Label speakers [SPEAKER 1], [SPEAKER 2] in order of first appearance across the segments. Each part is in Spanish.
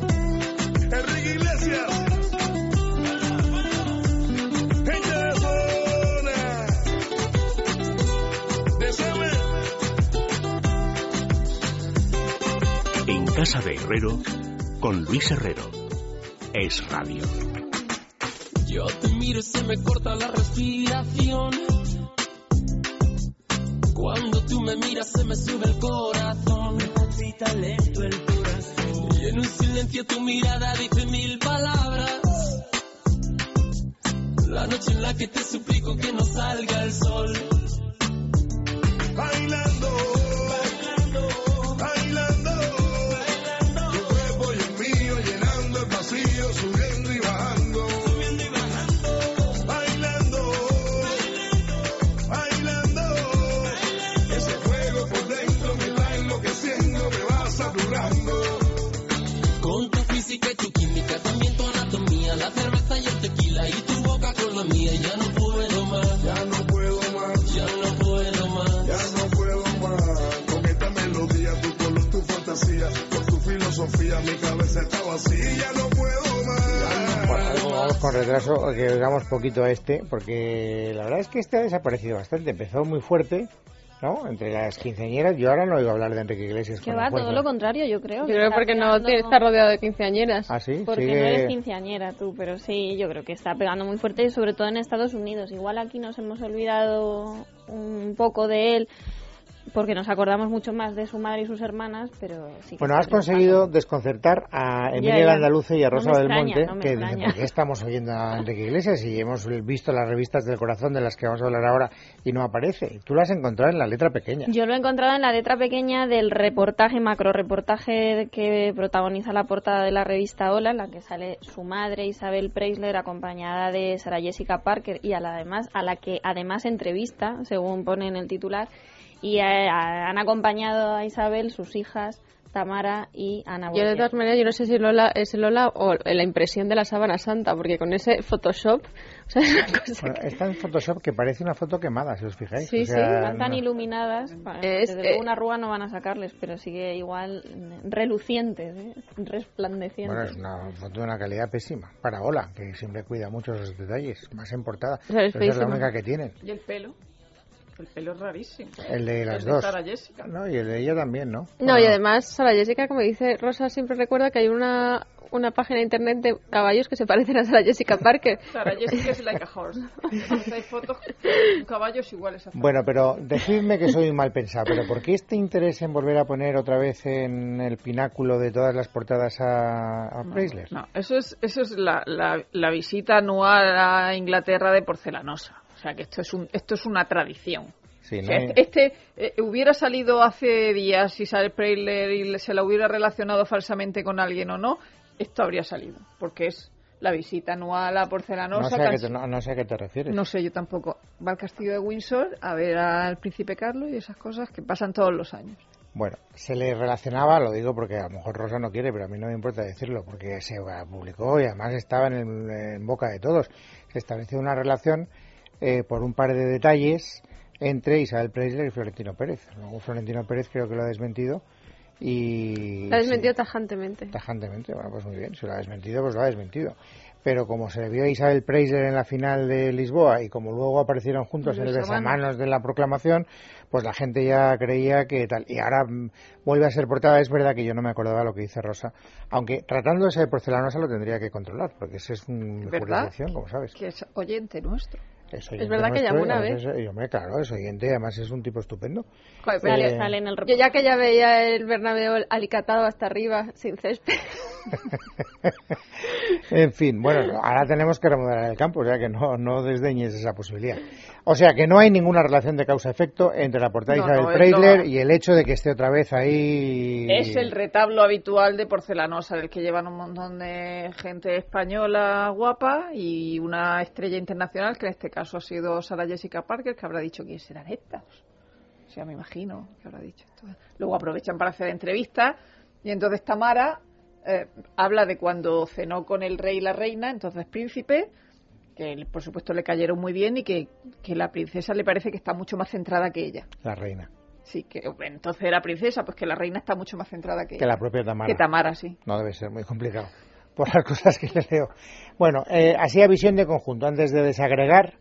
[SPEAKER 1] Enrique Iglesias. Gente de zona. Deseame.
[SPEAKER 2] En Casa de Herrero, con Luis Herrero. Es Radio.
[SPEAKER 3] Yo te miro y se me corta la respiración. Cuando tú me miras se me sube el corazón. Me palpita lento el corazón. Y en un silencio tu mirada dice mil palabras. La noche en la que te suplico que no salga el sol.
[SPEAKER 1] Bailando. Bailando. Tu cuerpo y el mío llenando el vacío, subiendo y bajando. Bailando. Bailando. Ese fuego por dentro me va enloqueciendo, me va saturando.
[SPEAKER 3] Con tu física y tu química, también tu anatomía, la cerveza y el tequila y tu boca con la mía. Ya no puedo más,
[SPEAKER 1] Ya no puedo más.
[SPEAKER 3] ya no puedo más.
[SPEAKER 1] Ya no puedo más con esta melodía, tu color, tu fantasía, con tu filosofía, mi cabeza está vacía, ya no puedo más.
[SPEAKER 4] Bueno, Vamos con retraso, que oigamos poquito a este, porque la verdad es que este ha desaparecido bastante. Empezó muy fuerte, ¿no? Entre las quinceañeras, yo ahora no oigo hablar de Enrique Iglesias.
[SPEAKER 5] Que
[SPEAKER 4] Pues con
[SPEAKER 5] va,
[SPEAKER 4] la fuerza.
[SPEAKER 5] todo lo contrario, yo creo.
[SPEAKER 6] Yo
[SPEAKER 5] que
[SPEAKER 6] creo que
[SPEAKER 5] está
[SPEAKER 6] porque no
[SPEAKER 5] pegando-
[SPEAKER 6] te- está rodeado de quinceañeras.
[SPEAKER 4] Ah, sí,
[SPEAKER 5] Porque
[SPEAKER 4] sigue-
[SPEAKER 5] no eres quinceañera tú, pero sí, yo creo que está pegando muy fuerte, y sobre todo en Estados Unidos. Igual aquí nos hemos olvidado un poco de él, porque nos acordamos mucho más de su madre y sus hermanas, pero sí. que
[SPEAKER 4] Bueno,
[SPEAKER 5] está
[SPEAKER 4] has conseguido
[SPEAKER 5] triunfando.
[SPEAKER 4] desconcertar a
[SPEAKER 5] Ya,
[SPEAKER 4] Emilia
[SPEAKER 5] ya.
[SPEAKER 4] Landaluce y a
[SPEAKER 5] No me
[SPEAKER 4] Rosa del
[SPEAKER 5] extraña,
[SPEAKER 4] Monte,
[SPEAKER 5] no me
[SPEAKER 4] que dicen,
[SPEAKER 5] extraña.
[SPEAKER 4] ¿por qué estamos oyendo a Enrique Iglesias? Y hemos visto las revistas del corazón de las que vamos a hablar ahora y no aparece. Tú lo has encontrado en la letra pequeña.
[SPEAKER 5] Yo lo he encontrado en la letra pequeña del reportaje, macro reportaje que protagoniza la portada de la revista Hola, en la que sale su madre Isabel Preisler acompañada de Sara Jessica Parker y a la, además, a la que además entrevista, según pone en el titular, y eh, a- han acompañado a Isabel sus hijas Tamara y Ana
[SPEAKER 6] Yo de
[SPEAKER 5] Boyer.
[SPEAKER 6] todas maneras, yo no sé si Lola es Lola o la impresión de la sábana santa, porque con ese Photoshop, o sea, es una cosa
[SPEAKER 4] Bueno,
[SPEAKER 6] que-
[SPEAKER 4] está en Photoshop que parece una foto quemada, si os fijáis.
[SPEAKER 6] Sí,
[SPEAKER 4] O sea,
[SPEAKER 5] Van tan
[SPEAKER 4] no-
[SPEAKER 5] iluminadas, bueno,
[SPEAKER 6] Es-
[SPEAKER 5] desde luego
[SPEAKER 6] eh,
[SPEAKER 5] una arruga no van a sacarles, pero sigue igual mm, relucientes, ¿eh? resplandecientes.
[SPEAKER 4] Bueno, es una foto de una calidad pésima. Para Ola, que siempre cuida mucho esos detalles, más en portada.
[SPEAKER 6] O sea, es
[SPEAKER 4] Pero esa es la
[SPEAKER 6] feísimo.
[SPEAKER 4] única que tienen.
[SPEAKER 7] ¿Y el pelo? El pelo es rarísimo.
[SPEAKER 4] El de las
[SPEAKER 7] El de
[SPEAKER 4] dos.
[SPEAKER 7] Sara Jessica.
[SPEAKER 4] No, y el de ella también, ¿no?
[SPEAKER 6] No, y además, Sara Jessica, como dice Rosa, siempre recuerda que hay una, una página de internet de caballos que se parecen a Sara Jessica Parker.
[SPEAKER 7] Sara Jessica es like a horse. Entonces hay fotos con caballos iguales a
[SPEAKER 4] Bueno, pero decidme que soy un mal pensado, pero ¿por qué este interés en volver a poner otra vez en el pináculo de todas las portadas a, a Preisler?
[SPEAKER 7] No, eso es, eso es la, la- la visita anual a Inglaterra de porcelanosa. O sea que esto es un, esto es una tradición.
[SPEAKER 4] Sí,
[SPEAKER 7] O
[SPEAKER 4] ¿no?
[SPEAKER 7] sea, este este, eh, hubiera salido hace días si sale Preisler y le- se la hubiera relacionado falsamente con alguien o no, esto habría salido, porque es la visita anual a
[SPEAKER 4] No
[SPEAKER 7] porcelanosa.
[SPEAKER 4] sé, a
[SPEAKER 7] Can-
[SPEAKER 4] qué te, no- no sé a qué te refieres.
[SPEAKER 7] No sé, yo tampoco. Va al castillo de Windsor a ver al príncipe Carlos y esas cosas que pasan todos los años.
[SPEAKER 4] Bueno, se le relacionaba, lo digo porque a lo mejor Rosa no quiere, pero a mí no me importa decirlo, porque se publicó y además estaba en, el- en boca de todos. Se estableció una relación eh, por un par de detalles entre Isabel Preisler y Florentino Pérez. Luego Florentino Pérez creo que lo ha desmentido y...
[SPEAKER 6] La ha desmentido
[SPEAKER 4] sí,
[SPEAKER 6] tajantemente.
[SPEAKER 4] tajantemente. Bueno, pues muy bien, si lo ha desmentido, pues lo ha desmentido. Pero como se le vio a Isabel Preisler en la final de Lisboa y como luego aparecieron juntos en
[SPEAKER 7] Los
[SPEAKER 4] el
[SPEAKER 7] hermanos.
[SPEAKER 4] besamanos de la proclamación, pues la gente ya creía que tal. Y ahora mm, vuelve a ser portada. Es verdad que yo no me acordaba lo que dice Rosa. Aunque tratándose de porcelanosa lo tendría que controlar, porque ese es un
[SPEAKER 7] ¿Verdad?
[SPEAKER 4] jurisdicción, como sabes.
[SPEAKER 7] Que es oyente nuestro.
[SPEAKER 4] oyente
[SPEAKER 6] verdad
[SPEAKER 4] nuestro
[SPEAKER 6] que
[SPEAKER 4] y
[SPEAKER 6] llamó una
[SPEAKER 4] además es- y hombre, claro, es oyente, además es un tipo estupendo.
[SPEAKER 6] Joder, pero
[SPEAKER 5] Sale,
[SPEAKER 4] Eh,
[SPEAKER 5] sale en el
[SPEAKER 6] Yo ya que ya veía el Bernabéu alicatado hasta arriba, sin césped.
[SPEAKER 4] En fin, bueno, ahora tenemos que remodelar el campo, o sea que no, no desdeñes esa posibilidad. O sea que no hay ninguna relación de causa-efecto entre la portada de
[SPEAKER 7] No,
[SPEAKER 4] Isabel
[SPEAKER 7] no, es
[SPEAKER 4] Preisler
[SPEAKER 7] lo-
[SPEAKER 4] y el hecho de que esté otra vez ahí.
[SPEAKER 7] Es el retablo habitual de porcelanosa, del que llevan un montón de gente española guapa y una estrella internacional, que en este caso ha sido Sara Jessica Parker, que habrá dicho quién serán estas. O sea, me imagino que habrá dicho esto. Luego aprovechan para hacer entrevistas y entonces Tamara eh, habla de cuando cenó con el rey y la reina, entonces príncipe, que él, por supuesto le cayeron muy bien y que, que la princesa le parece que está mucho más centrada que ella.
[SPEAKER 4] La reina.
[SPEAKER 7] Sí, que bueno, entonces era princesa, pues que la reina está mucho más centrada que,
[SPEAKER 4] Que la propia Tamara.
[SPEAKER 7] que Tamara, sí.
[SPEAKER 4] No debe ser muy complicado por las cosas que le leo. Bueno, eh, así a visión de conjunto, antes de desagregar,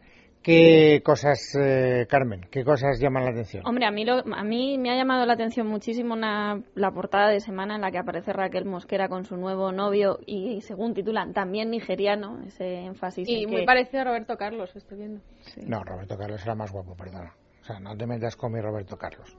[SPEAKER 4] ¿qué cosas, eh, Carmen, qué cosas llaman la atención?
[SPEAKER 7] Oh,
[SPEAKER 5] Hombre, a mí, lo- a mí me ha llamado la atención muchísimo una- la portada de semana en la que aparece Raquel Mosquera con su nuevo novio y, según titulan, también nigeriano, ese énfasis.
[SPEAKER 6] Y
[SPEAKER 5] en
[SPEAKER 6] muy
[SPEAKER 5] que-
[SPEAKER 6] parecido a Roberto Carlos, estoy viendo.
[SPEAKER 4] No, Roberto Carlos era más guapo, perdona. O sea, no te metas con mi Roberto Carlos.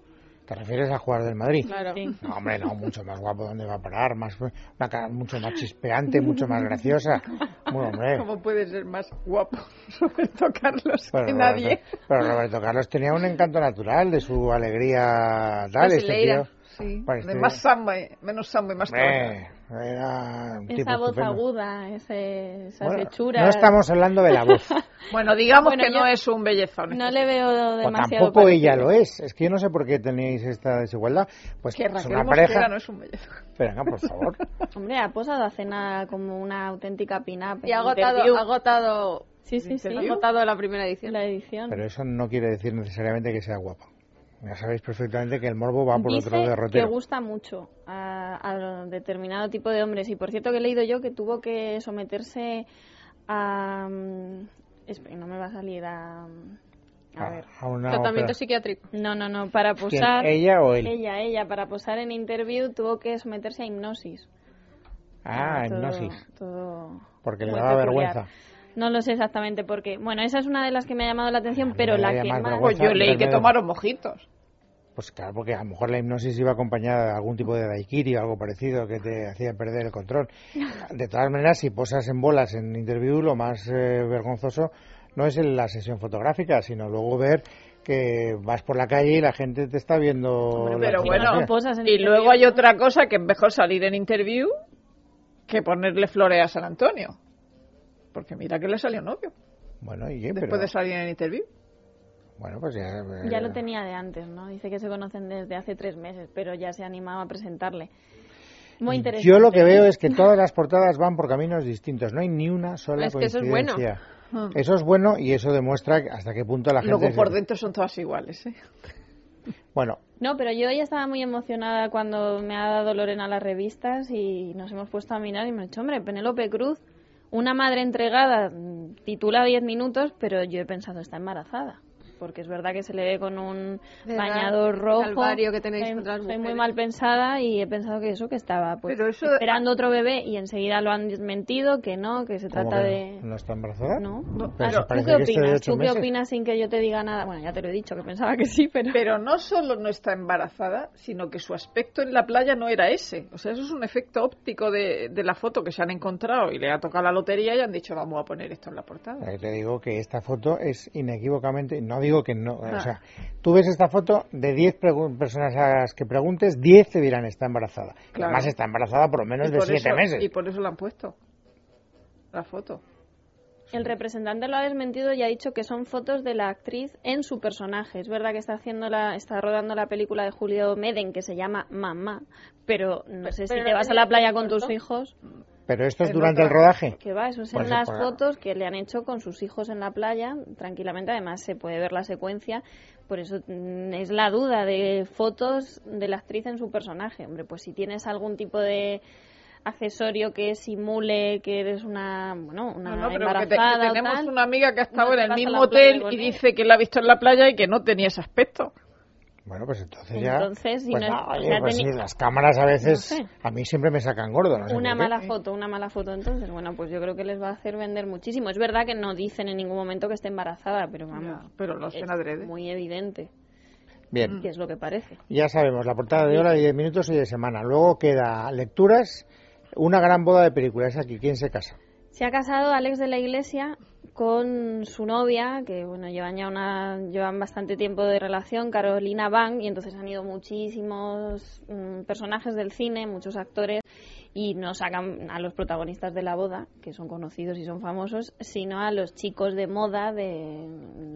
[SPEAKER 4] ¿Te refieres a jugar del Madrid?
[SPEAKER 6] Claro.
[SPEAKER 5] Sí.
[SPEAKER 4] No, hombre, no, mucho más guapo, ¿dónde va a parar? Más, una cara mucho más chispeante, mucho más graciosa. Muy hombre.
[SPEAKER 7] ¿Cómo puede ser más guapo Roberto Carlos
[SPEAKER 4] Bueno,
[SPEAKER 7] que
[SPEAKER 4] Roberto-
[SPEAKER 7] nadie?
[SPEAKER 4] pero Roberto Carlos tenía un encanto natural de su alegría
[SPEAKER 5] Pues
[SPEAKER 4] tal, este
[SPEAKER 7] Brasileira,
[SPEAKER 4] tío.
[SPEAKER 7] sí.
[SPEAKER 4] Parece-
[SPEAKER 7] De más samba, y- menos samba y más
[SPEAKER 4] Pues Hombre,
[SPEAKER 7] trabajo.
[SPEAKER 4] era un tipo
[SPEAKER 5] Esa voz
[SPEAKER 4] estupendo.
[SPEAKER 5] aguda, ese, esas
[SPEAKER 4] Bueno,
[SPEAKER 5] hechuras.
[SPEAKER 4] No estamos hablando de la voz.
[SPEAKER 7] Bueno, digamos
[SPEAKER 5] Bueno,
[SPEAKER 7] que
[SPEAKER 5] yo-
[SPEAKER 7] no es un bellezón.
[SPEAKER 5] No le veo
[SPEAKER 4] o
[SPEAKER 5] demasiado.
[SPEAKER 4] Pues tampoco ella lo
[SPEAKER 5] parecido.
[SPEAKER 4] es. Es que yo no sé por qué tenéis esta desigualdad. Pues
[SPEAKER 7] Que
[SPEAKER 4] es
[SPEAKER 7] Raquel
[SPEAKER 4] una
[SPEAKER 7] Mosquera
[SPEAKER 4] pareja.
[SPEAKER 7] no es un bellezón.
[SPEAKER 4] Venga, por favor.
[SPEAKER 5] Hombre, ha posado hace nada como una auténtica pin-up.
[SPEAKER 6] Y
[SPEAKER 5] en
[SPEAKER 6] ha agotado,
[SPEAKER 5] interview.
[SPEAKER 6] ha agotado,
[SPEAKER 5] Sí, sí, sí.
[SPEAKER 6] ha agotado la primera edición.
[SPEAKER 5] La edición.
[SPEAKER 4] Pero eso no quiere decir necesariamente que sea guapa. Ya sabéis perfectamente que el morbo va por
[SPEAKER 5] Dice
[SPEAKER 4] otro derrotero.
[SPEAKER 5] que gusta mucho a, a determinado tipo de hombres. Y por cierto que he leído yo que tuvo que someterse a... mm, espe- no me va a salir a... A ver.
[SPEAKER 4] A Ah, una
[SPEAKER 6] Tratamiento
[SPEAKER 4] ópera.
[SPEAKER 6] psiquiátrico.
[SPEAKER 5] No, no, no. Para
[SPEAKER 4] ¿Quién,
[SPEAKER 5] posar...
[SPEAKER 4] ¿Ella o él?
[SPEAKER 5] Ella, ella, para posar en interview tuvo que someterse a hipnosis.
[SPEAKER 4] Ah,
[SPEAKER 5] Todo-
[SPEAKER 4] hipnosis.
[SPEAKER 5] todo
[SPEAKER 4] Porque le
[SPEAKER 5] muy
[SPEAKER 4] daba
[SPEAKER 5] peculiar.
[SPEAKER 4] vergüenza.
[SPEAKER 5] No lo sé exactamente por qué. Bueno, esa es una de las que me ha llamado la atención,
[SPEAKER 4] mí
[SPEAKER 5] pero
[SPEAKER 4] me
[SPEAKER 5] la
[SPEAKER 4] daría
[SPEAKER 5] que
[SPEAKER 4] más
[SPEAKER 5] más...
[SPEAKER 4] vergüenza.
[SPEAKER 7] Pues yo leí que
[SPEAKER 4] Vermedo.
[SPEAKER 7] tomaron mojitos.
[SPEAKER 4] Pues claro, porque a lo mejor la hipnosis iba acompañada de algún tipo de daiquiri o algo parecido que te hacía perder el control. De todas maneras, si posas en bolas en interview, lo más eh, vergonzoso no es en la sesión fotográfica, sino luego ver que vas por la calle y la gente te está viendo. la
[SPEAKER 7] Pero
[SPEAKER 4] fotografía.
[SPEAKER 7] bueno,
[SPEAKER 5] no posas en
[SPEAKER 7] y
[SPEAKER 5] interview,
[SPEAKER 7] luego hay
[SPEAKER 5] ¿no?
[SPEAKER 7] otra cosa que es mejor salir en interview que ponerle flores a San Antonio. Porque mira que le salió novio
[SPEAKER 4] Bueno, ¿y qué?
[SPEAKER 7] después
[SPEAKER 4] Pero-
[SPEAKER 7] de salir en interview.
[SPEAKER 4] bueno, pues ya. eh,
[SPEAKER 5] Ya lo tenía de antes, ¿no? Dice que se conocen desde hace tres meses, pero ya se ha animado a presentarle. Muy interesante.
[SPEAKER 4] Yo lo que veo es que todas las portadas van por caminos distintos, no hay ni una sola
[SPEAKER 6] Es que eso es
[SPEAKER 4] coincidencia.
[SPEAKER 5] Ah.
[SPEAKER 4] bueno. Eso es bueno y eso demuestra hasta qué punto Eh, la gente.
[SPEAKER 7] Luego
[SPEAKER 4] se-
[SPEAKER 7] por dentro son todas iguales. ¿eh?
[SPEAKER 4] Bueno,
[SPEAKER 5] No, pero yo ya estaba muy emocionada cuando me ha dado Lorena las revistas y nos hemos puesto a mirar y hemos dicho, hombre, Penélope Cruz, una madre entregada, mm, titula 10 minutos, pero yo he pensado, está embarazada. Porque es verdad que se le ve con un
[SPEAKER 6] ¿Verdad?
[SPEAKER 5] bañador rojo.
[SPEAKER 6] Calvario que tenéis
[SPEAKER 5] Soy-
[SPEAKER 6] contra las
[SPEAKER 5] soy muy
[SPEAKER 6] mujeres.
[SPEAKER 5] mal pensada y he pensado que eso, que estaba pues,
[SPEAKER 7] Pero eso-
[SPEAKER 5] esperando otro bebé y enseguida lo han mentido, que no, que se
[SPEAKER 4] ¿cómo
[SPEAKER 5] trata
[SPEAKER 4] que
[SPEAKER 5] de...
[SPEAKER 4] ¿No está embarazada?
[SPEAKER 5] No.
[SPEAKER 4] Pero
[SPEAKER 7] No, claro,
[SPEAKER 4] se parece
[SPEAKER 5] ¿Tú qué
[SPEAKER 4] que esto de
[SPEAKER 5] opinas?
[SPEAKER 4] ocho
[SPEAKER 5] ¿Tú qué
[SPEAKER 4] meses.
[SPEAKER 5] opinas sin que yo te diga nada? Bueno, ya te lo he dicho, que pensaba que sí, pero...
[SPEAKER 7] Pero no solo no está embarazada, sino que su aspecto en la playa no era ese. O sea, eso es un efecto óptico de, de la foto que se han encontrado y le ha tocado la lotería y han dicho vamos a poner esto en la portada.
[SPEAKER 4] Ahí Eh, Te digo que esta foto es inequívocamente, no digo que no, eh,
[SPEAKER 7] Ah.
[SPEAKER 4] o sea, tú ves esta foto de 10 pregu- personas a las que preguntes, 10 te dirán está embarazada.
[SPEAKER 7] Claro.
[SPEAKER 4] Además está embarazada por lo menos
[SPEAKER 7] Y
[SPEAKER 4] de
[SPEAKER 7] por
[SPEAKER 4] 7
[SPEAKER 7] eso-
[SPEAKER 4] meses.
[SPEAKER 7] Y por eso la han puesto. La foto.
[SPEAKER 5] El representante lo ha desmentido y ha dicho que son fotos de la actriz en su personaje. Es verdad que está haciendo la, está rodando la película de Julio Meden que se llama Mamá, pero no sé si
[SPEAKER 6] pero
[SPEAKER 5] te
[SPEAKER 6] no
[SPEAKER 5] vas a
[SPEAKER 6] tenía
[SPEAKER 5] la playa
[SPEAKER 6] que
[SPEAKER 5] con tus
[SPEAKER 6] corto.
[SPEAKER 5] hijos,
[SPEAKER 4] Pero esto es
[SPEAKER 7] Es
[SPEAKER 4] durante el
[SPEAKER 7] otra-
[SPEAKER 4] rodaje.
[SPEAKER 5] que va, eso es
[SPEAKER 4] Pues
[SPEAKER 5] en
[SPEAKER 4] se
[SPEAKER 5] las
[SPEAKER 4] puede-
[SPEAKER 5] fotos que le han hecho con sus hijos en la playa, tranquilamente, además se puede ver la secuencia, por eso mm, es la duda de fotos de la actriz en su personaje. Hombre, pues si tienes algún tipo de accesorio que simule que eres una, bueno, una
[SPEAKER 7] No, no, pero que te- que
[SPEAKER 5] embarazada o
[SPEAKER 7] tenemos
[SPEAKER 5] tal,
[SPEAKER 7] una amiga que ha estado
[SPEAKER 5] no te
[SPEAKER 7] en el
[SPEAKER 5] vas a
[SPEAKER 7] mismo
[SPEAKER 5] la playa
[SPEAKER 7] hotel
[SPEAKER 5] con
[SPEAKER 7] y
[SPEAKER 5] él.
[SPEAKER 7] dice que la ha visto en la playa y que no tenía ese aspecto.
[SPEAKER 4] Bueno, pues entonces,
[SPEAKER 5] Entonces,
[SPEAKER 4] ya...
[SPEAKER 5] si
[SPEAKER 4] pues
[SPEAKER 5] no es- o
[SPEAKER 4] oye,
[SPEAKER 5] sea,
[SPEAKER 4] pues
[SPEAKER 5] teni-
[SPEAKER 4] sí, las cámaras a veces
[SPEAKER 5] No sé.
[SPEAKER 4] a mí siempre me sacan gordo. No sé
[SPEAKER 5] Una
[SPEAKER 4] por qué.
[SPEAKER 5] mala foto, una mala foto. Entonces, bueno, pues yo creo que les va a hacer vender muchísimo. Es verdad que no dicen en ningún momento que esté embarazada, pero vamos.
[SPEAKER 7] Ya, pero lo hacen adrede.
[SPEAKER 5] es muy evidente,
[SPEAKER 4] Bien,
[SPEAKER 5] que es lo que parece.
[SPEAKER 4] ya sabemos, la portada de hora de 10 minutos y de semana. Luego queda lecturas, una gran boda de películas. Aquí, ¿quién se casa?
[SPEAKER 5] Se ha casado Alex de la Iglesia con su novia, que bueno, llevan ya una, llevan bastante tiempo de relación, Carolina Bang, y entonces han ido muchísimos mm, personajes del cine, muchos actores, y no sacan a los protagonistas de la boda, que son conocidos y son famosos, sino a los chicos de moda de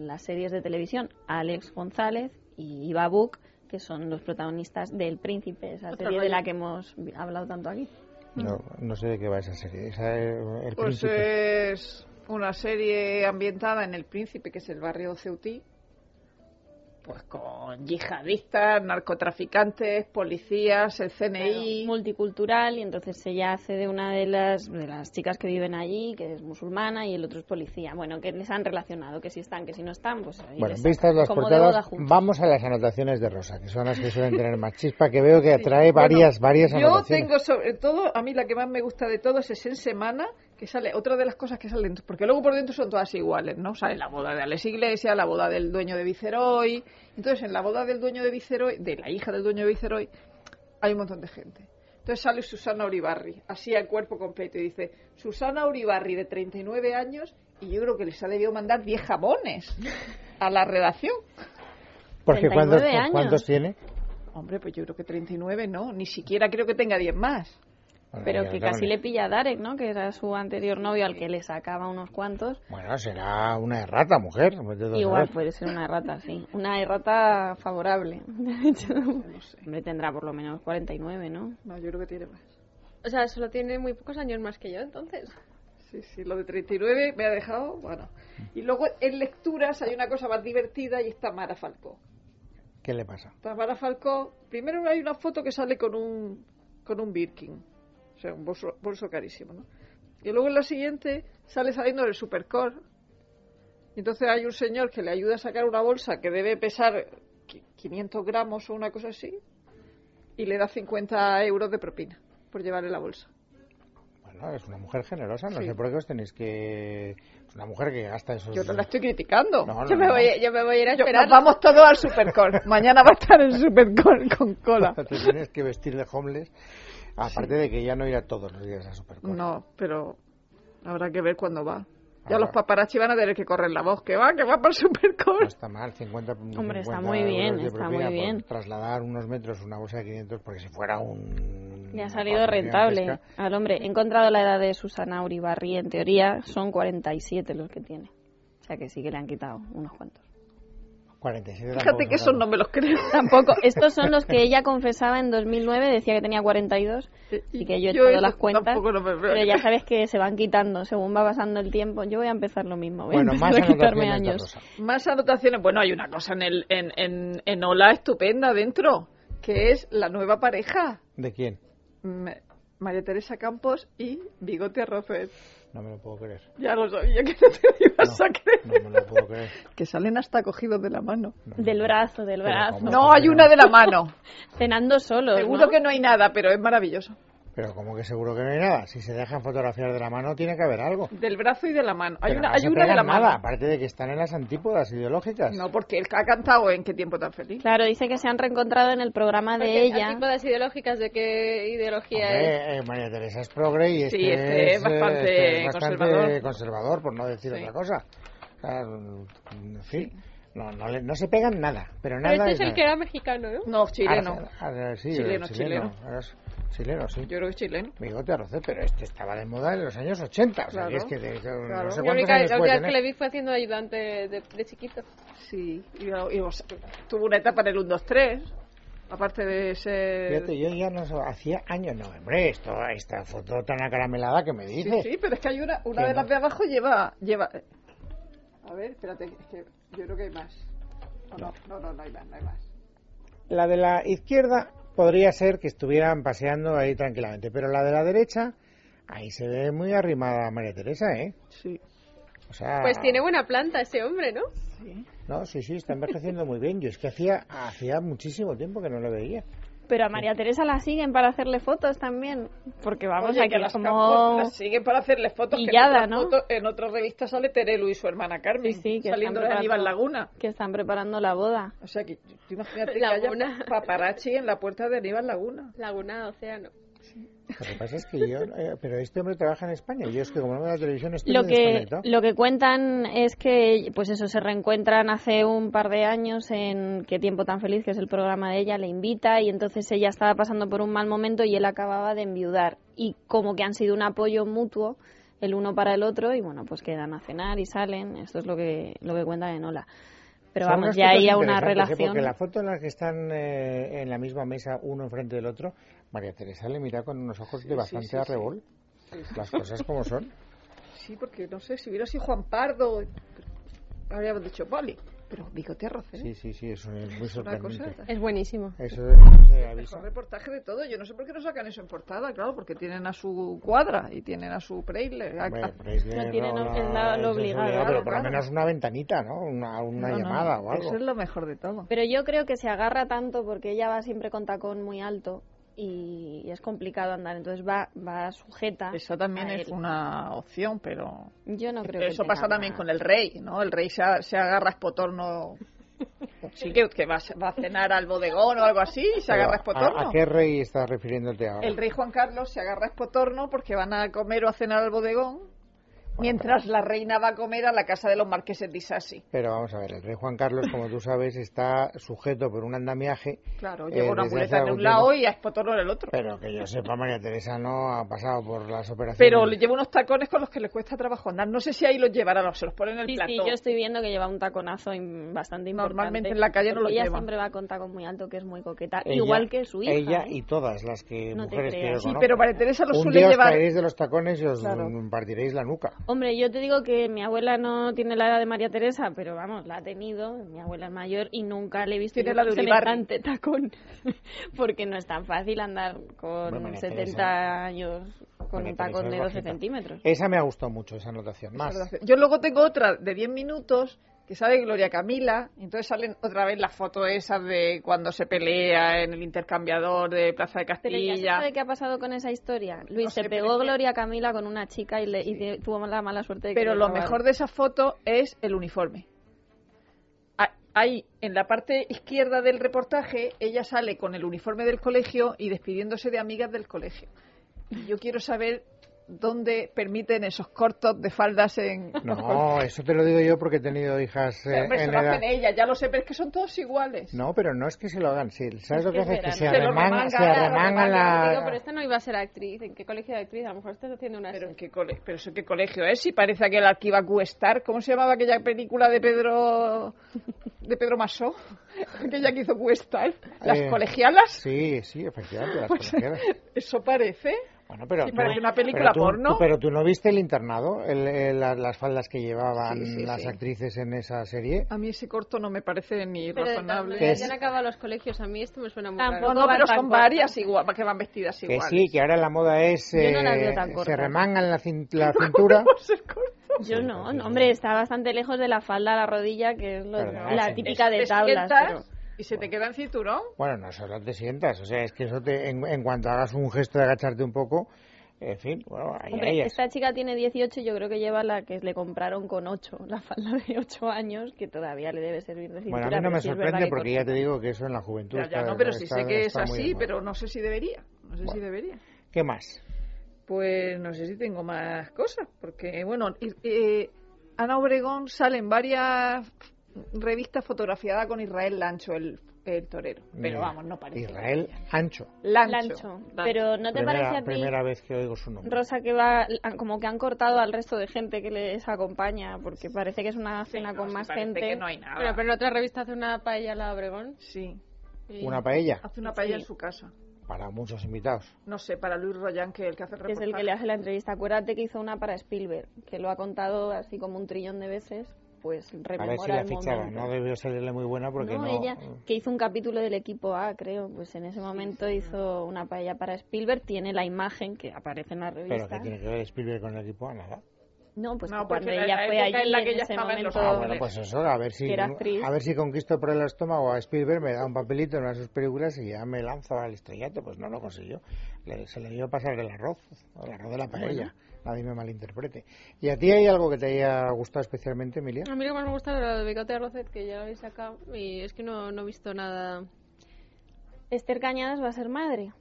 [SPEAKER 5] las series de televisión, Alex González y Iva Buck, que son los protagonistas del Príncipe, esa serie de la que hemos hablado tanto aquí.
[SPEAKER 4] No, no sé de qué va esa serie. Esa, eh, el
[SPEAKER 7] Pues
[SPEAKER 4] príncipe.
[SPEAKER 7] es una serie ambientada en El Príncipe, que es el barrio ceutí, pues con yihadistas, narcotraficantes, policías, el CNI.
[SPEAKER 5] Claro, multicultural y entonces ella hace de una de las, de las chicas que viven allí, que es musulmana y el otro es policía. Bueno, que les han relacionado, que si están, que si no están, pues ahí
[SPEAKER 4] Bueno,
[SPEAKER 5] les-
[SPEAKER 4] vistas las
[SPEAKER 5] como de boda
[SPEAKER 4] portadas,
[SPEAKER 5] juntos.
[SPEAKER 4] vamos a las anotaciones de Rosa, que son las que suelen tener más chispa, que veo que atrae varias, varias
[SPEAKER 7] Yo
[SPEAKER 4] anotaciones.
[SPEAKER 7] tengo sobre todo, a mí la que más me gusta de todas es en semana, que sale, otra de las cosas que salen, porque luego por dentro son todas iguales, ¿no? Sale la boda de Alex Iglesias, la boda del dueño de Viceroy. Entonces, en la boda del dueño de Viceroy, de la hija del dueño de Viceroy, hay un montón de gente. Entonces sale Susana Uribarri, así al cuerpo completo, y dice, Susana Uribarri de 39 años, y yo creo que les ha debido mandar 10 jamones a la redacción.
[SPEAKER 4] Porque ¿cuántos,
[SPEAKER 5] 39 años.
[SPEAKER 4] ¿cuántos tiene?
[SPEAKER 7] Hombre, pues yo creo que 39 no, ni siquiera creo que tenga 10 más.
[SPEAKER 4] Bueno, ya
[SPEAKER 5] Pero que
[SPEAKER 4] no tengo
[SPEAKER 5] casi
[SPEAKER 4] ni-
[SPEAKER 5] le pilla a Darek, ¿no? Que era su anterior novio al que le sacaba unos cuantos.
[SPEAKER 4] Bueno, será una errata, mujer. hombre, de dos
[SPEAKER 5] Igual
[SPEAKER 4] horas.
[SPEAKER 5] puede ser una errata, sí. Una errata favorable. De hecho, hombre, tendrá por lo menos 49, ¿no?
[SPEAKER 7] No, yo creo que tiene más.
[SPEAKER 6] O sea, solo tiene muy pocos años más que yo, entonces.
[SPEAKER 7] Sí, sí, lo de 39 me ha dejado, bueno. Y luego en lecturas hay una cosa más divertida y está Mara Falcó.
[SPEAKER 4] ¿Qué le pasa?
[SPEAKER 7] Tamara Falcó, primero hay una foto que sale con un, con un Birkin, o sea, un bolso, bolso carísimo, ¿no? Y luego en la siguiente sale saliendo del Supercore. Y entonces hay un señor que le ayuda a sacar una bolsa que debe pesar qui- 500 gramos o una cosa así y le da 50 euros de propina por llevarle la bolsa.
[SPEAKER 4] Bueno, es una mujer generosa, no
[SPEAKER 7] Sí.
[SPEAKER 4] sé por qué os tenéis que... Es una mujer que gasta esos...
[SPEAKER 7] Yo no la estoy criticando.
[SPEAKER 4] No, no,
[SPEAKER 6] Yo me
[SPEAKER 4] no.
[SPEAKER 6] voy, yo me voy a ir a
[SPEAKER 7] Yo-
[SPEAKER 6] esperar.
[SPEAKER 7] nos vamos todos al Supercon. Mañana va a estar el Supercon con cola.
[SPEAKER 4] Te tienes que vestir de homeless, aparte de que ya no irá todos los días a Supercon.
[SPEAKER 7] No, pero habrá que ver cuándo va. Ya
[SPEAKER 4] Ah.
[SPEAKER 7] los paparazzi van a tener que correr la voz. Que va, que va para el
[SPEAKER 4] No
[SPEAKER 7] Supercon.
[SPEAKER 4] está mal, 50
[SPEAKER 5] Hombre, está
[SPEAKER 4] 50
[SPEAKER 5] muy
[SPEAKER 4] euros
[SPEAKER 5] bien,
[SPEAKER 4] de
[SPEAKER 5] está
[SPEAKER 4] propina
[SPEAKER 5] muy
[SPEAKER 4] por
[SPEAKER 5] bien.
[SPEAKER 4] trasladar unos metros una bolsa de 500 porque si fuera un...
[SPEAKER 5] Le ha
[SPEAKER 4] una
[SPEAKER 5] salido
[SPEAKER 4] barra
[SPEAKER 5] rentable
[SPEAKER 4] gigantesca,
[SPEAKER 5] al hombre. He encontrado la edad de Susana Uribarri, en teoría son 47 los que tiene. O sea que sí que le han quitado unos cuantos.
[SPEAKER 4] 47
[SPEAKER 7] Fíjate
[SPEAKER 4] tampoco
[SPEAKER 7] que
[SPEAKER 4] es
[SPEAKER 7] eso
[SPEAKER 4] nada.
[SPEAKER 7] no me los creo.
[SPEAKER 5] Tampoco, estos son los que ella confesaba en 2009, decía que tenía 42, y que yo he
[SPEAKER 7] Yo
[SPEAKER 5] echado
[SPEAKER 7] eso
[SPEAKER 5] las cuentas.
[SPEAKER 7] tampoco lo me-
[SPEAKER 5] Pero ya sabes que se van quitando según va pasando el tiempo. Yo voy a empezar lo mismo, voy
[SPEAKER 4] Bueno,
[SPEAKER 5] a
[SPEAKER 4] más
[SPEAKER 5] empezar a quitarme
[SPEAKER 4] anotaciones de
[SPEAKER 5] años.
[SPEAKER 4] Rosa.
[SPEAKER 7] Más anotaciones. Bueno, hay una cosa en, el, en, en, en Ola estupenda dentro, que es la nueva pareja.
[SPEAKER 4] ¿De quién?
[SPEAKER 7] Mm, María Teresa Campos y Bigote Rocer.
[SPEAKER 4] No me lo puedo creer.
[SPEAKER 7] Ya lo sabía que no te lo ibas a creer.
[SPEAKER 4] No me lo puedo creer.
[SPEAKER 7] Que salen hasta cogidos de la mano.
[SPEAKER 5] Del brazo, del
[SPEAKER 4] Pero
[SPEAKER 5] brazo.
[SPEAKER 4] como-
[SPEAKER 7] No, pues hay una de la mano.
[SPEAKER 5] Cenando solos,
[SPEAKER 7] Seguro
[SPEAKER 5] ¿no?
[SPEAKER 7] que no hay nada, pero es maravilloso.
[SPEAKER 4] Pero como que seguro que no hay nada. Si se dejan fotografiar de la mano, tiene que haber algo.
[SPEAKER 7] Del brazo y de la mano. Hay
[SPEAKER 4] Pero
[SPEAKER 7] una,
[SPEAKER 4] no
[SPEAKER 7] hay
[SPEAKER 4] se
[SPEAKER 7] una de
[SPEAKER 4] pegan
[SPEAKER 7] la
[SPEAKER 4] nada,
[SPEAKER 7] mano.
[SPEAKER 4] aparte de que están en las antípodas ideológicas.
[SPEAKER 7] No, porque él ha cantado en qué tiempo tan feliz.
[SPEAKER 5] Claro, dice que se han reencontrado en el programa de
[SPEAKER 6] Porque
[SPEAKER 5] ella.
[SPEAKER 6] antípodas ideológicas de qué ideología es.
[SPEAKER 4] Hombre, eh, María Teresa es progre y este,
[SPEAKER 7] Sí, este es
[SPEAKER 4] eh,
[SPEAKER 7] bastante
[SPEAKER 4] este es bastante
[SPEAKER 7] conservador.
[SPEAKER 4] conservador, por no decir
[SPEAKER 7] Sí.
[SPEAKER 4] otra cosa. O sea, en fin, no, no, le- no se pegan nada, pero
[SPEAKER 6] Pero
[SPEAKER 4] nada
[SPEAKER 6] este es el
[SPEAKER 4] nada.
[SPEAKER 6] que era mexicano, ¿no?
[SPEAKER 7] No, chileno.
[SPEAKER 4] Ah, ah, sí, chileno,
[SPEAKER 7] Chileno,
[SPEAKER 4] chileno. Ahora es chileno, sí.
[SPEAKER 7] Yo creo que es chileno.
[SPEAKER 4] Bigote arrocé, pero este estaba de moda en los años 80. O sea,
[SPEAKER 7] Claro.
[SPEAKER 4] que es que de-
[SPEAKER 7] Claro.
[SPEAKER 4] no sé
[SPEAKER 6] La
[SPEAKER 4] cuántos
[SPEAKER 6] única,
[SPEAKER 4] años
[SPEAKER 6] la
[SPEAKER 4] puede
[SPEAKER 6] única vez
[SPEAKER 4] tener.
[SPEAKER 6] que le vi fue haciendo ayudante de, de chiquito.
[SPEAKER 7] Sí. Y, y, o sea, tuvo una etapa en el 1, 2, 3. Aparte de ser...
[SPEAKER 4] Fíjate, yo ya no so- hacía años, no, hombre, esto, esta foto tan acaramelada que me
[SPEAKER 7] Sí,
[SPEAKER 4] dices.
[SPEAKER 7] sí, pero es que hay una, una
[SPEAKER 4] Que
[SPEAKER 7] de
[SPEAKER 4] no.
[SPEAKER 7] las de abajo lleva, lleva... eh, A ver, espérate, es que yo creo que hay más. O No, no, no, no hay más, no hay más.
[SPEAKER 4] La de la izquierda podría ser que estuvieran paseando ahí tranquilamente, pero la de la derecha, ahí se ve muy arrimada a María Teresa, ¿eh?
[SPEAKER 7] Sí.
[SPEAKER 4] O sea,
[SPEAKER 6] Pues tiene buena planta ese hombre, ¿no?
[SPEAKER 4] No, sí, sí, está envejeciendo muy bien. Yo es que hacía, hacía muchísimo tiempo que no lo veía.
[SPEAKER 5] Pero a María Teresa la siguen para hacerle fotos también. Porque vamos,
[SPEAKER 7] Oye,
[SPEAKER 5] aquí
[SPEAKER 7] que
[SPEAKER 5] es
[SPEAKER 7] las
[SPEAKER 5] como...
[SPEAKER 7] Campos las siguen para hacerles fotos.
[SPEAKER 5] pillada,
[SPEAKER 7] que en,
[SPEAKER 5] ¿no?
[SPEAKER 7] otras fotos- en otra revista sale Terelu y su hermana Carmen,
[SPEAKER 5] Sí, sí, que
[SPEAKER 7] saliendo de
[SPEAKER 5] están
[SPEAKER 7] Aníbal
[SPEAKER 5] preparando-
[SPEAKER 7] Laguna.
[SPEAKER 5] Que están preparando la boda.
[SPEAKER 7] O sea, que tú imagínate que haya
[SPEAKER 6] Laguna.
[SPEAKER 7] paparazzi en la puerta de Aníbal Laguna.
[SPEAKER 6] Laguna, océano.
[SPEAKER 4] Lo que pasa es que yo, eh, pero este hombre trabaja en España. Yo es que como no veo la televisión estoy
[SPEAKER 5] Lo
[SPEAKER 4] muy
[SPEAKER 5] que,
[SPEAKER 4] desconectado.
[SPEAKER 5] lo que cuentan es que, pues eso, se reencuentran hace un par de años en Qué tiempo tan feliz, que es el programa de ella, le invita y entonces ella estaba pasando por un mal momento y él acababa de enviudar. Y como que han sido un apoyo mutuo el uno para el otro y bueno, pues quedan a cenar y salen. Esto es lo que, lo que cuentan en Ola. Pero
[SPEAKER 4] Son
[SPEAKER 5] vamos,
[SPEAKER 4] unas
[SPEAKER 5] ya
[SPEAKER 4] fotos
[SPEAKER 5] hay a una
[SPEAKER 4] interesantes, ¿eh?
[SPEAKER 5] relación.
[SPEAKER 4] Porque la foto en la que están eh, en la misma mesa uno enfrente del otro, María Teresa le mira con unos ojos de bastante
[SPEAKER 7] sí, sí.
[SPEAKER 4] arrebol. Las cosas como son.
[SPEAKER 7] Sí, porque no sé, si hubiera sido Juan Pardo, habríamos dicho Poli. Pero bigote arrocero.
[SPEAKER 4] Sí, sí, sí, eso es muy sorprendente.
[SPEAKER 6] Es buenísimo.
[SPEAKER 4] Eso es- no se avisa.
[SPEAKER 7] Mejor reportaje de todo. Yo no sé por qué no sacan eso en portada, claro, porque tienen a su cuadra y tienen a su Preisler. A-
[SPEAKER 4] Hombre,
[SPEAKER 7] a-
[SPEAKER 4] pero es que
[SPEAKER 5] No tienen
[SPEAKER 4] no-
[SPEAKER 5] el
[SPEAKER 4] no-
[SPEAKER 5] lado
[SPEAKER 4] eso es
[SPEAKER 5] obligado,
[SPEAKER 4] pero por lo
[SPEAKER 7] claro.
[SPEAKER 4] menos una ventanita, ¿no? Una, una
[SPEAKER 7] No, no,
[SPEAKER 4] llamada o algo.
[SPEAKER 7] Eso es lo mejor de todo.
[SPEAKER 5] Pero yo creo que se agarra tanto porque ella va siempre con tacón muy alto y es complicado andar, entonces va, va sujeta.
[SPEAKER 7] Esa también
[SPEAKER 5] Ah, a
[SPEAKER 7] es
[SPEAKER 5] él.
[SPEAKER 7] una opción, pero...
[SPEAKER 5] Yo no creo que
[SPEAKER 7] Eso
[SPEAKER 5] tenga
[SPEAKER 7] pasa también
[SPEAKER 5] más.
[SPEAKER 7] con el rey, ¿no? El rey se, a- se agarra espotorno... Sí, que, que va, a- va a cenar al bodegón o algo así y se
[SPEAKER 4] Pero,
[SPEAKER 7] agarra espotorno.
[SPEAKER 4] ¿a, a qué rey estás refiriéndote ahora?
[SPEAKER 7] El rey Juan Carlos se agarra a espotorno porque van a comer o a cenar al bodegón, mientras la reina va a comer a la casa de los marqueses de Isasi.
[SPEAKER 4] Pero vamos a ver, el rey Juan Carlos, como tú sabes, está sujeto por un andamiaje.
[SPEAKER 7] Claro,
[SPEAKER 4] eh,
[SPEAKER 7] lleva una
[SPEAKER 4] desde hace
[SPEAKER 7] muleta de
[SPEAKER 4] algún
[SPEAKER 7] un lado
[SPEAKER 4] tiempo. Eh,
[SPEAKER 7] y a espotorno en el otro.
[SPEAKER 4] Pero que yo sepa, María Teresa no ha pasado por las operaciones.
[SPEAKER 7] Pero le lleva unos tacones con los que le cuesta trabajo andar. No sé si ahí los llevará o se los pone en el
[SPEAKER 5] Sí,
[SPEAKER 7] plato.
[SPEAKER 5] sí, yo estoy viendo que lleva un taconazo im- bastante importante.
[SPEAKER 7] Normalmente en la calle no
[SPEAKER 5] porque
[SPEAKER 7] lo
[SPEAKER 5] ella
[SPEAKER 7] lleva.
[SPEAKER 5] siempre va con tacón muy alto, que es muy coqueta,
[SPEAKER 4] Ella-
[SPEAKER 5] igual que su hija.
[SPEAKER 4] Ella
[SPEAKER 5] ¿eh?
[SPEAKER 4] y todas las que
[SPEAKER 5] No te
[SPEAKER 4] mujeres que yo
[SPEAKER 5] creas.
[SPEAKER 7] Sí,
[SPEAKER 4] conozco.
[SPEAKER 7] pero María Teresa lo
[SPEAKER 4] Ah, un
[SPEAKER 7] suele
[SPEAKER 4] día os
[SPEAKER 7] llevar.
[SPEAKER 4] caeréis de los tacones y os
[SPEAKER 7] Claro.
[SPEAKER 4] mm, partiréis la nuca.
[SPEAKER 5] Hombre, yo te digo que mi abuela no tiene la edad de María Teresa, pero vamos, la ha tenido. Mi abuela es mayor y nunca le he visto
[SPEAKER 7] Tiene
[SPEAKER 5] yo
[SPEAKER 7] la
[SPEAKER 5] con
[SPEAKER 7] de Ulibarri.
[SPEAKER 5] semejante tacón. Porque no es tan fácil andar con
[SPEAKER 4] Hombre, María
[SPEAKER 5] 70
[SPEAKER 4] Teresa.
[SPEAKER 5] años con
[SPEAKER 4] María
[SPEAKER 5] un
[SPEAKER 4] Teresa
[SPEAKER 5] tacón
[SPEAKER 4] es
[SPEAKER 5] de 12
[SPEAKER 4] bajita.
[SPEAKER 5] centímetros.
[SPEAKER 4] Esa me ha gustado mucho, esa anotación. Más.
[SPEAKER 7] Yo luego tengo otra de 10 minutos que sale Gloria Camila, y entonces salen otra vez las fotos esas de cuando se pelea en el intercambiador de Plaza de
[SPEAKER 5] Pero ya se
[SPEAKER 7] Castilla.
[SPEAKER 5] sabe qué ha pasado con esa historia. Luis,
[SPEAKER 7] No
[SPEAKER 5] se
[SPEAKER 7] sé,
[SPEAKER 5] pegó
[SPEAKER 7] pero es que-
[SPEAKER 5] Gloria Camila con una chica y, le, y te- tuvo la mala suerte de que...
[SPEAKER 7] Pero
[SPEAKER 5] le
[SPEAKER 7] lo
[SPEAKER 5] robaron.
[SPEAKER 7] mejor de esa foto es el uniforme. Ah, Ahí, en la parte izquierda del reportaje, ella sale con el uniforme del colegio y despidiéndose de amigas del colegio. Y yo quiero saber dónde permiten esos cortos de faldas en...
[SPEAKER 4] No, eso te lo digo yo porque he tenido hijas eh,
[SPEAKER 7] Hombre, eso
[SPEAKER 4] en
[SPEAKER 7] lo
[SPEAKER 4] edad.
[SPEAKER 7] hacen ellas, ya lo sé, pero es que son todos iguales.
[SPEAKER 4] No, pero no es que se lo hagan. Sí, ¿Sabes
[SPEAKER 5] Es
[SPEAKER 4] lo
[SPEAKER 5] que
[SPEAKER 4] que
[SPEAKER 5] es
[SPEAKER 4] hace? Es que se
[SPEAKER 5] verano.
[SPEAKER 7] Se lo
[SPEAKER 4] arremangan
[SPEAKER 7] remanga,
[SPEAKER 4] se
[SPEAKER 7] lo
[SPEAKER 4] arremangan
[SPEAKER 7] remanga,
[SPEAKER 4] la...
[SPEAKER 6] Digo, pero esta no iba a ser actriz. ¿En qué colegio de actriz? A lo mejor estás haciendo una
[SPEAKER 7] Pero,
[SPEAKER 6] serie.
[SPEAKER 7] ¿en qué cole- pero eso qué colegio es, si parece aquel aquí va a cuestar. ¿Cómo se llamaba aquella película de Pedro de Pedro Masó? Aquella que hizo cuestar. ¿Las
[SPEAKER 4] Eh,
[SPEAKER 7] colegialas?
[SPEAKER 4] Sí, sí, efectivamente. las
[SPEAKER 7] Pues,
[SPEAKER 4] colegialas.
[SPEAKER 7] eso parece.
[SPEAKER 4] Bueno, pero
[SPEAKER 7] Sí,
[SPEAKER 4] tú-
[SPEAKER 7] parece una
[SPEAKER 4] pero
[SPEAKER 7] película
[SPEAKER 4] tú-
[SPEAKER 7] porno.
[SPEAKER 4] tú- Pero tú no viste el internado, El- el- la- las faldas que llevaban
[SPEAKER 7] Sí, sí,
[SPEAKER 4] las
[SPEAKER 7] sí.
[SPEAKER 4] actrices en esa serie.
[SPEAKER 7] A mí ese corto no me parece ni
[SPEAKER 6] Pero de todas
[SPEAKER 7] razonable.
[SPEAKER 4] Es-
[SPEAKER 6] maneras, ya han acabado los colegios. A mí esto me suena muy
[SPEAKER 5] Tampoco
[SPEAKER 6] raro.
[SPEAKER 7] No, no, pero
[SPEAKER 5] tan
[SPEAKER 7] son
[SPEAKER 5] cortas.
[SPEAKER 7] varias igual, que van vestidas
[SPEAKER 4] Que
[SPEAKER 7] igual.
[SPEAKER 4] sí, que ahora la moda es
[SPEAKER 5] Yo no las
[SPEAKER 4] eh,
[SPEAKER 5] veo tan
[SPEAKER 4] se
[SPEAKER 5] cortas.
[SPEAKER 4] remangan la, cin- la cintura.
[SPEAKER 5] Yo no, no, hombre, está bastante lejos de la falda a la rodilla, que es lo-
[SPEAKER 4] Claro,
[SPEAKER 5] la
[SPEAKER 4] sí.
[SPEAKER 5] típica de
[SPEAKER 7] Te
[SPEAKER 5] tablas.
[SPEAKER 7] sientas Y se te queda en cinturón.
[SPEAKER 4] Bueno, no solo te sientas, o sea, es que eso te, en, en cuanto hagas un gesto de agacharte un poco, en fin, bueno, ahí
[SPEAKER 5] pero- Hombre,
[SPEAKER 4] a ellas.
[SPEAKER 5] esta chica tiene 18 y yo creo que lleva la que le compraron con 8, la falda de 8 años, que todavía le debe servir de
[SPEAKER 4] Bueno,
[SPEAKER 5] cintura.
[SPEAKER 4] a mí no me
[SPEAKER 5] pero sí es verdad
[SPEAKER 4] sorprende
[SPEAKER 5] que
[SPEAKER 4] porque
[SPEAKER 5] corta.
[SPEAKER 4] ya te digo que eso en la juventud.
[SPEAKER 7] Ya, ya,
[SPEAKER 4] está-
[SPEAKER 7] no, pero sí
[SPEAKER 4] está-
[SPEAKER 7] sé que es
[SPEAKER 4] está muy de
[SPEAKER 7] así,
[SPEAKER 4] moda.
[SPEAKER 7] pero no sé si debería. No sé si
[SPEAKER 4] Bueno.
[SPEAKER 7] debería.
[SPEAKER 4] ¿Qué más?
[SPEAKER 7] Pues no sé si tengo más cosas, porque bueno, y- eh, Ana Obregón sale en varias revistas fotografiada con Israel Lancho, el, el torero. Pero
[SPEAKER 4] Mira,
[SPEAKER 7] vamos, no parece.
[SPEAKER 4] Israel Ancho.
[SPEAKER 7] Lancho.
[SPEAKER 5] Lancho. Pero ¿no te
[SPEAKER 4] primera,
[SPEAKER 5] parece a ti,
[SPEAKER 4] primera vez que oigo su nombre.
[SPEAKER 5] Rosa, que va como que han cortado al resto de gente que les acompaña? Porque parece que es una cena
[SPEAKER 7] No,
[SPEAKER 5] con
[SPEAKER 7] sí,
[SPEAKER 5] más
[SPEAKER 7] parece
[SPEAKER 5] gente.
[SPEAKER 7] que no hay nada.
[SPEAKER 6] Bueno, pero en otra revista hace una paella la Obregón.
[SPEAKER 7] Sí,
[SPEAKER 6] y-
[SPEAKER 4] Una paella
[SPEAKER 7] hace una paella
[SPEAKER 5] Sí.
[SPEAKER 7] en su casa.
[SPEAKER 4] para muchos invitados.
[SPEAKER 7] No sé, para Luis Royan, que el que hace el
[SPEAKER 5] que es el que
[SPEAKER 7] reportaje.
[SPEAKER 5] le hace la entrevista. Acuérdate que hizo una para Spielberg, que lo ha contado así como un trillón de veces, pues
[SPEAKER 4] A
[SPEAKER 5] rememora
[SPEAKER 4] ver si la
[SPEAKER 5] el
[SPEAKER 4] fichaba.
[SPEAKER 5] momento.
[SPEAKER 4] No debió salirle muy buena porque no.
[SPEAKER 5] no, ella que hizo un capítulo del equipo A, creo, pues en ese momento hizo una paella para Spielberg, tiene la imagen que aparece en la
[SPEAKER 4] Pero
[SPEAKER 5] revista.
[SPEAKER 4] que tiene que ver Spielberg con el equipo, Ah, nada.
[SPEAKER 5] No, pues
[SPEAKER 7] No,
[SPEAKER 5] que cuando
[SPEAKER 7] porque la-
[SPEAKER 5] ella
[SPEAKER 7] la
[SPEAKER 5] fue
[SPEAKER 7] época en
[SPEAKER 5] allí
[SPEAKER 7] la que
[SPEAKER 5] en
[SPEAKER 7] ella
[SPEAKER 5] ese
[SPEAKER 7] estaba en los
[SPEAKER 5] momento
[SPEAKER 4] Ah,
[SPEAKER 7] Todo.
[SPEAKER 4] bueno, pues eso, a ver si
[SPEAKER 5] Que era actriz.
[SPEAKER 4] a ver si conquisto por el estómago a Spielberg me da un papelito en una de sus películas y ya me lanzo al estrellato, pues no lo consiguió. Le- se le dio a pasar el arroz, el arroz de la paella, nadie me malinterprete. ¿Y a ti hay algo que te haya gustado especialmente, Emilia?
[SPEAKER 6] A mí lo que más me gusta es lo de Bigote Arrocet, que ya lo habéis sacado. Y es que no, no he visto nada.
[SPEAKER 5] Esther Cañadas este va a ser madre.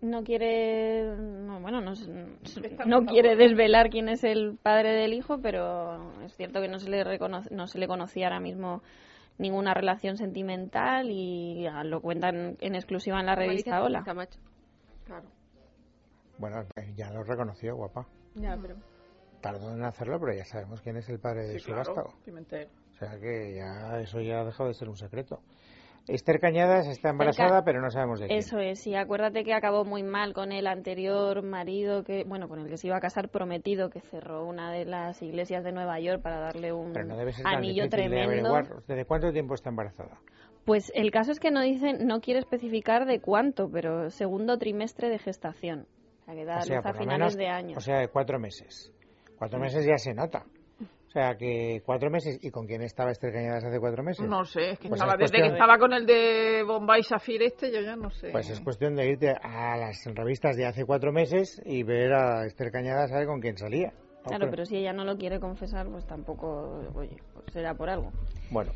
[SPEAKER 5] No quiere, no, bueno, no, s-
[SPEAKER 7] Está
[SPEAKER 5] no
[SPEAKER 7] muy
[SPEAKER 5] quiere desvelar quién es el padre del hijo, pero es cierto que no se le reconoce, no se le conocía ahora mismo ninguna relación sentimental y ah, lo cuentan en exclusiva en la revista Hola.
[SPEAKER 6] Camacho.
[SPEAKER 7] Claro.
[SPEAKER 4] Bueno, eh, ya lo reconoció, guapa.
[SPEAKER 6] Ya, pero.
[SPEAKER 4] Tardó en hacerlo, pero ya sabemos quién es el padre de
[SPEAKER 7] Sí,
[SPEAKER 4] su
[SPEAKER 7] claro,
[SPEAKER 4] vástago.
[SPEAKER 7] Pimentel.
[SPEAKER 4] O sea que ya eso ya ha dejado de ser un secreto. Esther Cañadas está embarazada, pero no sabemos de quién.
[SPEAKER 5] Eso es, y acuérdate que acabó muy mal con el anterior marido, que bueno, con el que se iba a casar prometido, que cerró una de las iglesias de Nueva York para darle un
[SPEAKER 4] Pero no debe ser tan
[SPEAKER 5] anillo
[SPEAKER 4] difícil de
[SPEAKER 5] tremendo.
[SPEAKER 4] averiguar. ¿Desde cuánto tiempo está embarazada?
[SPEAKER 5] Pues el caso es que no dice, no quiere especificar de cuánto, pero segundo trimestre de gestación. O sea, que da
[SPEAKER 4] O sea,
[SPEAKER 5] luz a
[SPEAKER 4] por lo menos,
[SPEAKER 5] finales de año.
[SPEAKER 4] O sea, de cuatro meses. Cuatro meses ya se nota. O sea, que cuatro meses. ¿Y con quién estaba Esther Cañadas hace cuatro meses?
[SPEAKER 7] No sé, es que
[SPEAKER 4] Pues
[SPEAKER 7] estaba,
[SPEAKER 4] es
[SPEAKER 7] desde que
[SPEAKER 4] cuestión-
[SPEAKER 7] estaba con el de Bombay Safir este, yo ya no sé.
[SPEAKER 4] Pues es cuestión de irte a las revistas de hace cuatro meses y ver a Esther Cañadas a ver con quién salía.
[SPEAKER 5] claro,
[SPEAKER 4] Ojo.
[SPEAKER 5] pero si ella no lo quiere confesar, pues tampoco, oye, pues será por algo.
[SPEAKER 4] Bueno,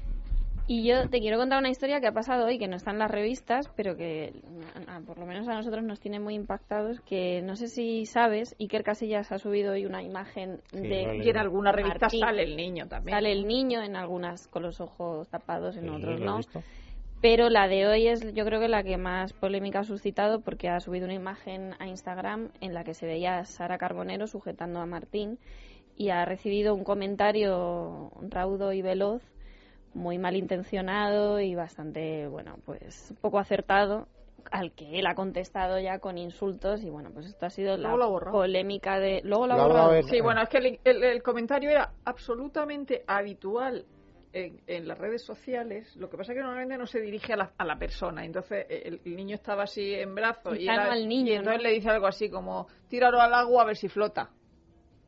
[SPEAKER 5] Y yo te quiero contar una historia que ha pasado hoy, que no está en las revistas, pero que a- a- por lo menos a nosotros nos tiene muy impactados, que no sé si sabes, Iker Casillas ha subido hoy una imagen
[SPEAKER 4] Sí, lo he
[SPEAKER 5] de
[SPEAKER 4] leído.
[SPEAKER 7] y en alguna revista
[SPEAKER 5] Martín.
[SPEAKER 7] sale el niño también.
[SPEAKER 5] sale el niño en algunas con los ojos tapados, en
[SPEAKER 4] sí,
[SPEAKER 5] otros
[SPEAKER 4] lo he
[SPEAKER 5] no.
[SPEAKER 4] visto.
[SPEAKER 5] Pero la de hoy es yo creo que la que más polémica ha suscitado porque ha subido una imagen a Instagram en la que se veía a Sara Carbonero sujetando a Martín y ha recibido un comentario raudo y veloz, muy malintencionado y bastante, bueno, pues poco acertado, al que él ha contestado ya con insultos y bueno, pues esto ha sido
[SPEAKER 7] Luego lo ha
[SPEAKER 5] la
[SPEAKER 7] borrado.
[SPEAKER 5] polémica de... Luego lo ha
[SPEAKER 4] Lo ha
[SPEAKER 5] borrado.
[SPEAKER 4] borrado él.
[SPEAKER 7] Sí, bueno, es que el, el- el comentario era absolutamente habitual en, en las redes sociales. Lo que pasa es que normalmente no se dirige a la, a la persona. Entonces eh, el, el niño estaba así en brazos y,
[SPEAKER 5] Quizá no
[SPEAKER 7] era-
[SPEAKER 5] al niño,
[SPEAKER 7] y entonces
[SPEAKER 5] ¿no?
[SPEAKER 7] le dice algo así como: tíralo al agua a ver si flota.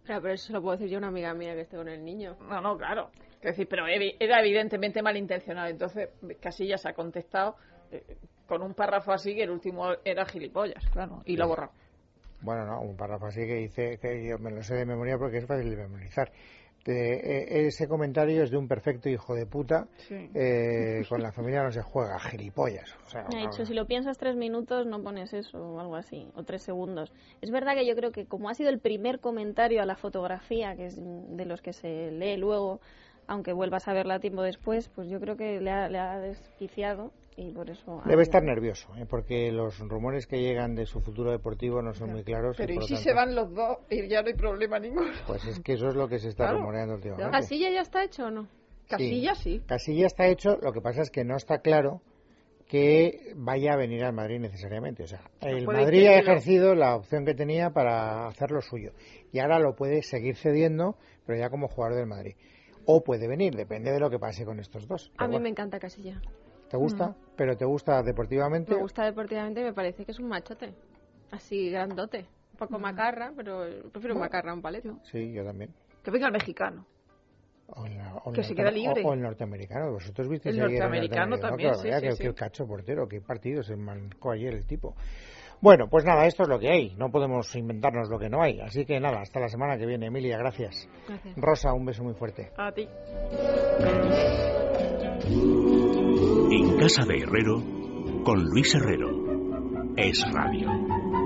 [SPEAKER 6] Claro, pero eso se lo puedo decir yo a una amiga mía que esté con el niño.
[SPEAKER 7] No, no, claro. Es decir, pero evi- era evidentemente malintencionado. Entonces Casillas ha contestado eh, con un párrafo así que el último era gilipollas, claro, y lo ha borrado.
[SPEAKER 4] Bueno, no, un párrafo así que dice que yo me lo sé de memoria porque es fácil de memorizar. Eh, eh, ese comentario es de un perfecto hijo de puta. eh, con la familia no se juega, gilipollas. O sea,
[SPEAKER 5] Me ha
[SPEAKER 4] no,
[SPEAKER 5] dicho, si lo piensas tres minutos, no pones eso o algo así, o tres segundos. Es verdad que yo creo que como ha sido el primer comentario a la fotografía, que es de los que se lee luego, aunque vuelvas a verla tiempo después, pues yo creo que le ha, le ha desquiciado y por eso... ha-
[SPEAKER 4] Debe estar nervioso, eh, porque los rumores que llegan de su futuro deportivo no son muy claros.
[SPEAKER 7] Pero
[SPEAKER 4] por
[SPEAKER 7] y
[SPEAKER 4] lo
[SPEAKER 7] si
[SPEAKER 4] tanto,
[SPEAKER 7] se van los dos y ya no hay problema ninguno.
[SPEAKER 4] Pues es que eso es lo que se está
[SPEAKER 7] Claro.
[SPEAKER 4] rumoreando últimamente.
[SPEAKER 6] ¿Así ya ya está hecho o no?
[SPEAKER 7] Casillas sí.
[SPEAKER 4] Casillas está hecho, lo que pasa es que no está claro que vaya a venir al Madrid necesariamente. O sea, el
[SPEAKER 7] puede
[SPEAKER 4] Madrid ha
[SPEAKER 7] impedirlo.
[SPEAKER 4] ejercido la opción que tenía para hacer lo suyo y ahora lo puede seguir cediendo, pero ya como jugador del Madrid. O puede venir, depende de lo que pase con estos dos.
[SPEAKER 6] A
[SPEAKER 4] Pero
[SPEAKER 6] mí me
[SPEAKER 4] bueno,
[SPEAKER 6] encanta Casilla.
[SPEAKER 4] ¿Te gusta? ¿Pero te gusta deportivamente?
[SPEAKER 6] Me gusta deportivamente y me parece que es un machote. Así grandote. Un poco macarra, pero prefiero macarra a un paleto.
[SPEAKER 4] Sí, yo también.
[SPEAKER 7] Que venga el mexicano.
[SPEAKER 4] O el, na- o el
[SPEAKER 7] Que se
[SPEAKER 4] norte-
[SPEAKER 7] queda libre.
[SPEAKER 4] O, o el norteamericano. Vosotros visteis
[SPEAKER 7] El
[SPEAKER 4] ayer al
[SPEAKER 7] norteamericano también,
[SPEAKER 4] Claro,
[SPEAKER 7] sí,
[SPEAKER 4] vea
[SPEAKER 7] sí,
[SPEAKER 4] que,
[SPEAKER 7] sí.
[SPEAKER 4] que el cacho portero, qué partido se mancó ayer el tipo. Bueno, pues nada, esto es lo que hay. No podemos inventarnos lo que no hay. Así que nada, hasta la semana que viene, Emilia. Gracias.
[SPEAKER 6] Gracias.
[SPEAKER 4] Rosa, un beso muy fuerte.
[SPEAKER 7] A ti.
[SPEAKER 2] En Casa de Herrero, con Luis Herrero. Es Radio.